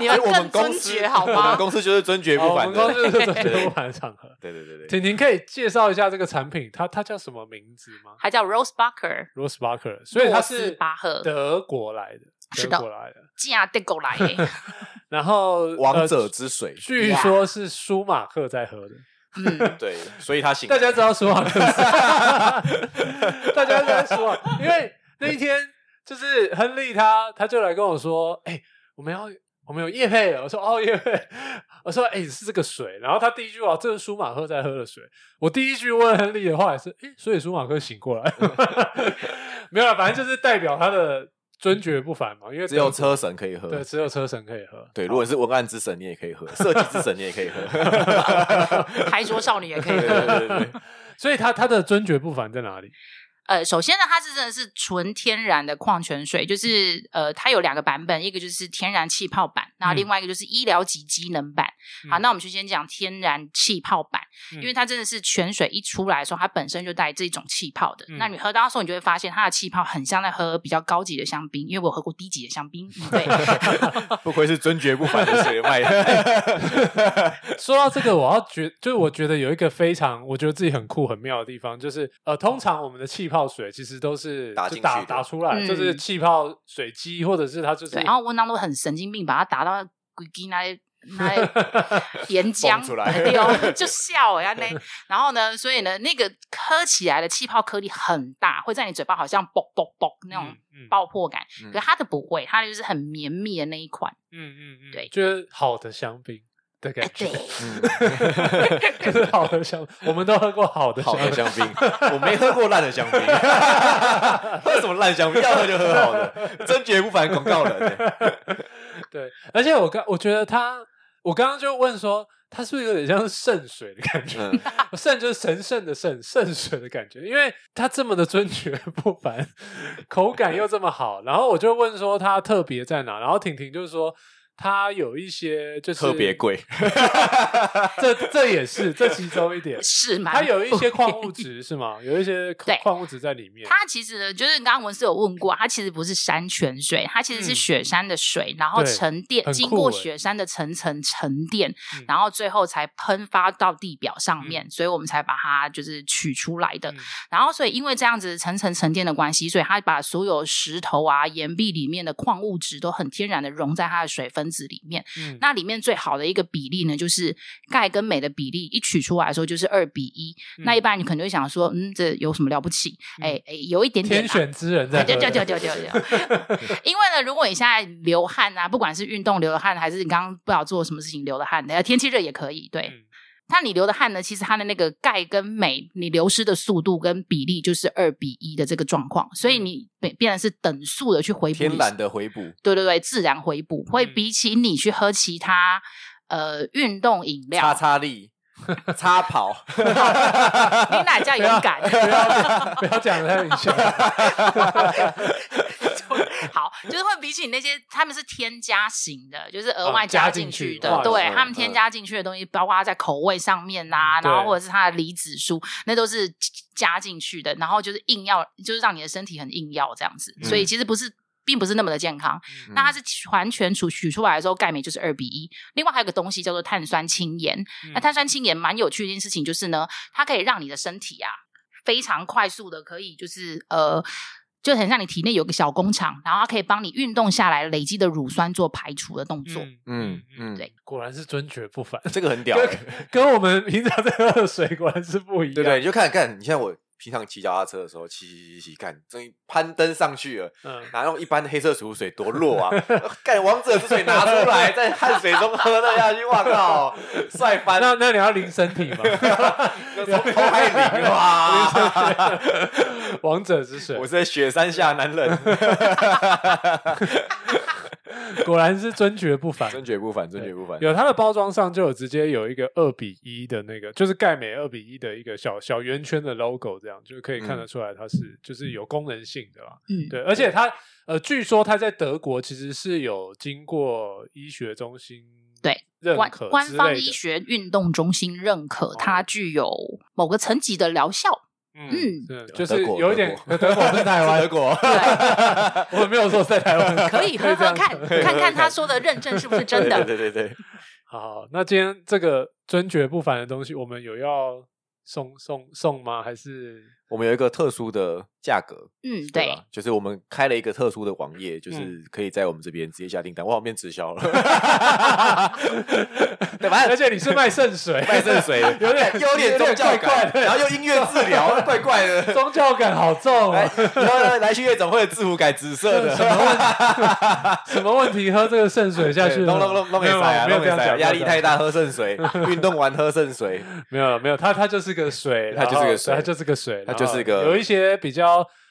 C: 你
B: 所以我
C: 更
B: 们公
C: 尊
B: 司
C: 爵好
B: 我们
C: 吗？
B: 公司就是尊爵
A: 好哦
B: 不
A: 我
B: 凡
A: 们刚
B: 的
A: 刚。就是尊爵不凡的场合。
B: 对对对对，
A: 婷婷可以介绍一下这个产品，它它叫什么名字吗
C: 还叫 Rose Barker，
A: ？Rose Barker，所以它
C: 莫斯
A: 是
C: 巴赫
A: 德国来的，
C: 是
A: 德
C: 的
A: 国来的。
C: 嫁得狗来耶，
A: 然后
B: 王者
A: 呃
B: 之啊水，
A: 据说是舒马克在喝的。
C: 嗯，
B: 对，所以他醒了。
A: 大家知道舒马克是，大家都在说，啊因为那一天就是亨利他他就来跟我说，哎、我们要我们有叶配了，我说哦叶配，我说哎、是这个水，然后他第一句话这是舒马克在喝的水，我第一句问亨利的话也是，哎、所以舒马克醒过来，没有了， 反正就是代表他的尊爵不凡嘛，因为
B: 只有
A: 德国
B: 车神可以喝。
A: 对只有车神可以喝，
B: 对，如果你是文案之神，你也可以喝；设计之神，你也可以喝。
C: 牌桌少女也可以
B: 对对
C: 喝。
B: 对对对，
A: 所以他他的尊爵不凡在哪里？
C: 呃，首先呢，它是真的是纯天然的矿泉水，就是呃，它有两个版本，一个就是天然气泡版，那
A: 嗯
C: 另外一个就是医疗级机能版。好，
A: 嗯
C: 那我们就先讲天然气泡版，
A: 嗯
C: 因为它真的是泉水一出来的时候，它本身就带这种气泡的。
A: 嗯
C: 那你喝到的时候，你就会发现它的气泡很像在喝比较高级的香槟，因为我喝过低级的香槟。嗯对，
B: 不愧是尊爵不凡的水脉。嗯
A: 说到这个，我要觉就是我觉得有一个非常我觉得自己很酷很妙的地方，就是呃，通常我们的气泡水其实都是
B: 打
A: 就
B: 进
A: 打
B: 去的
A: 打出来，
C: 嗯
A: 就是气泡水机或者是它就是
C: 对，然后温当都很神经病，把它打到鬼鸡那里那里岩浆
B: 蹦出来
C: 对哦，就笑呀那。然后呢，所以呢，那个喝起来的气泡颗粒很大，会在你嘴巴好像啵啵啵那种
A: 嗯嗯
C: 爆破感。
B: 嗯
C: 可它的不会，它就是很绵密的那一 款。
A: 嗯嗯嗯，
C: 对
A: 就是好的香槟的感
C: 哎，
A: 觉
C: 对，，，
B: 嗯
A: 就是好的香，我们都喝过好的
B: 好的
A: 槟
B: 香槟，我没喝过烂的 香槟，喝什么烂香槟？要喝就喝好的，尊爵不凡广告人欸。
A: 对，而且我刚我觉得它，我刚刚就问说，它是不是有点像是圣水的感觉？
B: 嗯，
A: 圣就是神圣的圣，圣水的感觉，因为它这么的尊爵 不凡，口感又这么好，然后我就问说它特别在哪，然后婷婷就是说它有一些就是
B: 特别，贵，
A: 这这也是这其中一点
C: 是蛮
A: 它有一些
C: 不
A: 矿物质是吗？有一些
C: 对
A: 矿物质在里面，
C: 它其实呢，就是刚刚文思有问过，它其实不是山泉水，它其实是
A: 嗯
C: 雪山的水，然后
A: 对
C: 沉淀，
A: 很
C: 经
A: 酷
C: 过
A: 欸
C: 雪山的层层沉淀，
A: 嗯
C: 然后最后才喷发到地表上面，所以我们才把它就是取出来的。
A: 嗯
C: 然后，所以因为这样子层层沉淀的关系，所以它把所有石头啊、岩壁里面的矿物质都很天然的溶在它的水分子里面。
A: 嗯
C: 那里面最好的一个比例呢，就是钙跟镁的比例，一取出来的时候就是二比一、
A: 嗯
C: 那一般你可能就会想说，嗯，这有什么了不起？
A: 嗯
C: 哎、哎，有一点点、
A: 天
C: 啊。
A: 选之人在喝
C: 对
A: 的，
C: 对 对对对对， 因为呢，如果你现在流汗啊，不管是运动流的汗，还是你刚刚不知道做什么事情流的汗，呃，天气热也可以。对，
A: 嗯
C: 那你流的汗呢，其实它的那个钙跟镁，你流失的速度跟比例就是二比一的这个状况，所以你变变成是等速的去回补
B: 天
C: 你
B: 然的回补。
C: 对对对，自然回补会
A: 嗯
C: 比起你去喝其他呃运动饮料，
B: 叉叉力，叉跑，
C: 你哪 叫勇敢？
A: 不要不要讲的太明 显了，
C: 好，就是会比起你那些他们是添加型的，就是额外
A: 嗯加
C: 进
A: 进去
C: 的，
A: 哇
C: 对
B: 嗯
C: 他们添加进去的东西，包括它在口味上面呐、
A: 嗯
C: 然后
A: 对
C: 或者是它的离子数，那都是加进去的，然后就是硬要，就是让你的身体很硬要这样子，
B: 嗯
C: 所以其实不是。并不是那么的健康，
B: 嗯
C: 那它是完全取取出来的时候，钙镁就是二比一。另外还有个东西叫做碳酸氢盐，
B: 嗯
C: 那碳酸氢盐蛮有趣的一件事情，就是呢，它可以让你的身体啊非常快速的可以就是呃。就很像你体内有个小工厂，然后它可以帮你运动下来累积的乳酸做排除的动作。
A: 嗯
B: 嗯嗯，
C: 对
A: 果然是尊爵不凡，
B: 这个很屌欸，
A: 跟 跟我们平常在喝的水果然是不一样。
B: 对不对？你就看看，你像我平常骑脚踏车的时候，骑骑骑骑，看，终于攀登上去了，
A: 嗯，
B: 哪用一般的黑色储物水多弱啊！ 干王者之水拿出来，在汗水中喝了下去，哇靠，帅翻
A: 那
B: 了！
A: 那你要淋身 体吗？
B: 那从头海里 哇！
A: 王者之水
B: 我，是在雪山下男 人，
A: 果然是尊爵不凡。
B: 真绝不凡，真绝不凡。
A: 有它的包装上就有直接有一个二比一的那个，就是钙镁二比一的一个小小圆圈的 logo，这样就可以看得出来它是、就是有功能性的啦。
C: 嗯，
A: 嗯对，而且它呃，据说它在德国其实是有经过医学中心
C: 对
A: 认
C: 官
A: 可
C: 官
A: 之
C: 方
A: 类
C: 医
A: 的，
C: 学运动中心认
B: 哦
C: 可它具有某个层级的疗 效。嗯
A: 嗯，就是
B: 德国
A: 有一
B: 德
A: 点
B: 国
A: 德国不是台 湾，
B: 德 国，
A: 我没有说在台湾
C: 可以喝
A: 这
C: 喝
A: 样
C: 看，
A: 讲
C: 看看他说的认证是不是真 的。
B: 对对对对，
A: 好，那今天这个尊爵不凡的东西，我们有要送送送吗？还 是
B: 我们有一个特殊的价格，
C: 嗯，
B: 对
C: 对
B: 吧，？就是我们开了一个特殊的网页，就是
A: 嗯
B: 可以在我们这边直接下订单。哇，我变直销了， 对吧？
A: 而且你是卖圣水，
B: 卖圣水的，
A: 有点
B: 有点宗教
A: 怪怪
B: 感，然后
A: 的，
B: 又音乐 治疗，怪怪的。
A: 宗教感好重哦、
B: 来，以后呢来去夜总会的制服改紫色的，
A: 什么问什么问题？喝这个圣水 下去
B: 对
A: 了，
B: 弄弄弄弄
A: 没
B: 也
A: 有
B: 塞啊，
A: 没有
B: 弄
A: 这
B: 也
A: 样
B: 塞啊，
A: 讲，
B: 压力太
A: 大，
B: 大，喝圣水，运动完喝圣水，
A: 没有了没有，它它就是个 水，
B: 它就是个
A: 然后
B: 水
A: 它就是个水，
B: 它就是个
A: 然后有一些比较。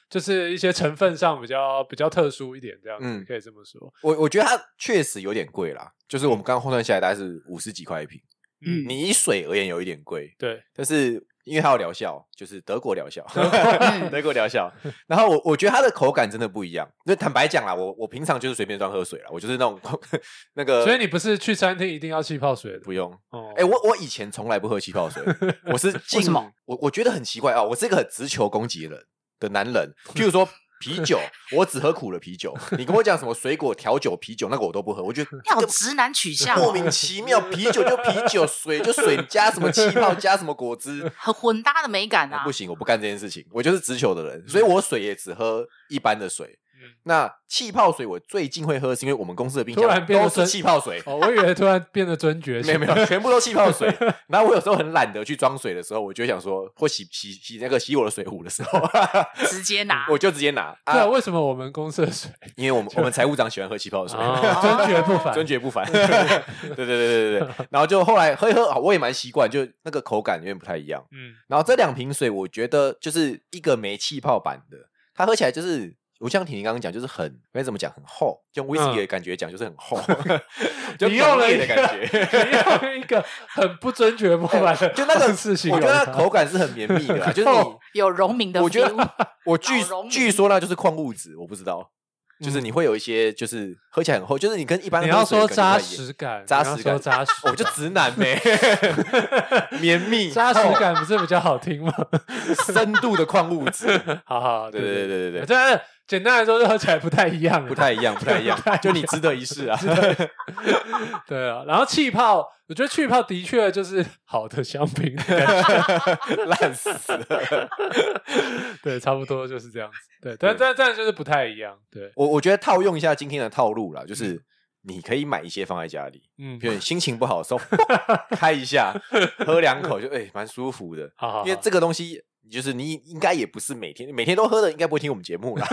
A: 就是一些成分上比较比较特殊一点，这样子、
B: 嗯
A: 可以这么说。
B: 我我觉得它确实有点贵啦，就是我们刚换算下来大概是五十几块一瓶，
C: 嗯
B: 你以水而言有一点贵，
A: 对，
B: 但是因为它有疗效，就是德国疗效， 德国疗效。然后我我觉得它的口感真的不一样。那坦白讲啦，我我平常就是随便乱喝水啦，我就是那种那个，
A: 所以你不是去餐厅一定要气泡水的
B: 呃不用。
A: 哦？
B: 哎、我我以前从来不喝气泡 水，我是
C: 为什
B: 进
C: 么
B: 我我觉得很奇怪啊、我是一个很直球攻击的人的男人，譬如说。啤酒，我只喝苦的啤酒。你跟我讲什么水果调酒、啤酒，那个我都不喝。我觉得
C: 你好直 男取向
B: 莫
C: 哦，
B: 名其妙，啤酒就啤酒，水就水，加什么气泡，加什么果 汁，
C: 很混搭的美感
B: 啊
C: 啊
B: 不。行，我不干这件事情，我就是直球的人，所以我水也只喝一般的水。
A: 嗯
B: 那气泡水我最近会喝，是因为我们公司的冰
A: 突然
B: 箱
A: 变
B: 都
A: 得
B: 是气泡水，
A: 哦，我以为突然变得尊爵，
B: 没有没有，全部都气泡水。然后我有时候很懒得去装水的时候，我就会想说，或洗洗洗那个洗我的水壶的时候，
C: 直接拿，
B: 我就直接拿
A: 对啊，
B: 啊，
A: 为什么我们公司的水
B: 因为我们我们财务长喜欢喝气泡水。
A: 啊尊爵不凡？
B: 哦尊爵不凡， 对对对对对对，然后就后来喝一喝，啊我也蛮习惯，就那个口感有点不太一样。
A: 嗯，
B: 然后这两瓶水，我觉得就是一个没气泡版的，它喝起来就是，我像婷婷刚刚讲，就是很该怎么讲，很厚，用威
A: 嗯
B: 士忌的感觉讲，就是很 厚， 就
A: 你用了
B: 浓
A: 一
B: 烈
A: 个
B: 的感 觉。
A: 你用了一个很不尊爵不凡的
B: 就那个
A: 事情，
B: 我觉得它口感是很绵 密的啊，就是你，
C: 有农民的 feel，
B: 我觉得我据
C: 老农民
B: 据说那就是矿物质，我不知道，就是
A: 嗯
B: 你会有一些，就是喝起来很厚，就是你跟一般
A: 你
B: 喝
A: 要
B: 水
A: 说
B: 感觉不太
A: 扎
B: 一样，
A: 实感，
B: 扎
A: 你要
B: 实感哦
A: 说扎实，
B: 我就直男呗， 绵密、
A: 扎实
B: 厚
A: 感不是比较好听吗？
B: 深度的矿物质，
A: 好好，
B: 对对对对对对。
A: 但是简单来说，喝起来不太一样，啊
B: 不太一样，不太一 样
A: 不太一样，
B: 就你 值得一试啊！
A: 对啊。然后气泡，我觉得气泡的确就是 好的香 槟的感觉，
B: 烂死了。
A: 对，差不多就是这样子。对，但但但就是不太一样，对，
B: 我我觉得套用一下今天的套路啦，就是你可以买一些放在家里，
A: 嗯
B: 比，如你心情不好的 时候开一 下，喝两口就哎蛮舒服的，
A: 好好，
B: 因为这个东西。就是你应该也不是每天每天都喝的，应该不会听我们节 目啦。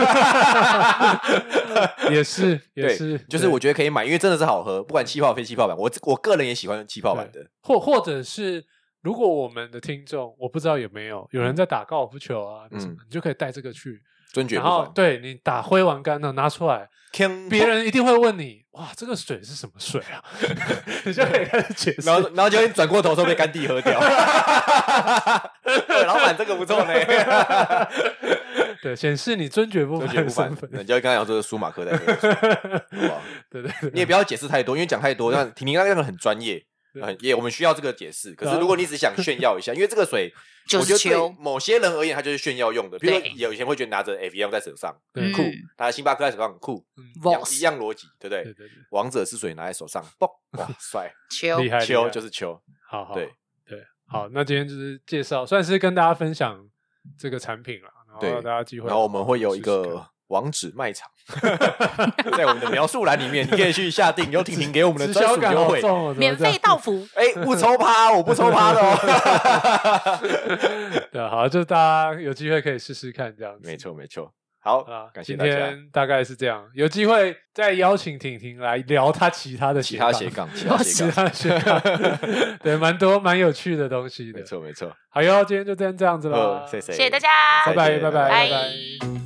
A: 好也是也
B: 对
A: 是，
B: 就是
A: 对
B: 我觉得可以买，因为真的是好喝，不管气泡非气泡版，我我个人也喜欢气泡版的。
A: 或或者是，如果我们的听众，我不知道有没有有人在打高尔夫球啊，
B: 嗯
A: 什么，你就可以带这个去，
B: 尊爵
A: 然
B: 不
A: 后
B: 凡，
A: 对你打挥完杆呢拿出 来，
B: 锵
A: 别人一定会问你，哇，这个水是什么水啊？ 你就可以开始解释
B: 然。后然后就转过头说被甘地喝 掉。对老板这个不错呢。
A: 对，显示你尊爵不
B: 周
A: 凡
B: 杰
A: 的
B: 不凡
A: 身，份。
B: 你就刚才讲这是舒马克在喝 水，好不好？
A: 对对对，
B: 你也不要解释太多，因为讲太多，让婷婷那个很专业，
A: 对啊
B: 很也我们需要这个解释。可是如果你只想炫耀一下，因为这个 水，
C: 就
B: 我
C: 是
B: 觉得对
C: 秋，
B: 某些人而言，它就是炫耀用的。比如说
C: 对
B: 有些人会觉得拿着 F 一样在手上
A: 对嗯
B: 酷
C: 嗯，
B: 拿着星巴克在手上很酷，一样
C: Voss
B: 一样逻辑，对不
A: 对
B: 对？
A: 对对，
B: 王者之水拿在手上，嘣， 哇，帅！
C: 秋
A: 厉害，厉
B: 秋
A: 害
B: 就是秋，
A: 好好
B: 对嗯
A: 对好。那今天就是介绍，算是跟大家分享这个产品了，然后
B: 对
A: 让大家机会，
B: 然后我们会有一
A: 试试看
B: 个。网址卖场，在我们的描述栏里面，你可以去 下定，有婷婷给我们的
A: 直
B: 专
A: 销
B: 属
A: 感
B: 优
A: 好
B: 惠。
A: 重哦，怎么
C: 免
A: 这样
C: 费到府，
B: 哎、不抽趴，我不抽趴的哦。
A: 对，啊好，就大家有机会可以试试看这样子。
B: 没错，没错。好，
A: 啊，
B: 感谢
A: 今
B: 大家。
A: 天大概是这样，有机会再邀请婷婷来聊她其他的
B: 其
A: 斜
B: 他
A: 杠
B: 斜， 杠，其他
A: 其
B: 斜杠，
A: 他斜杠， 对，蛮多蛮有趣的东西
B: 没
A: 的。
B: 错，没错。
A: 好哟，今天就先这样子了
B: 呃，，谢谢，
C: 谢谢大家，
A: 拜拜，
B: 再见
A: 拜拜，拜
C: 拜
A: 拜。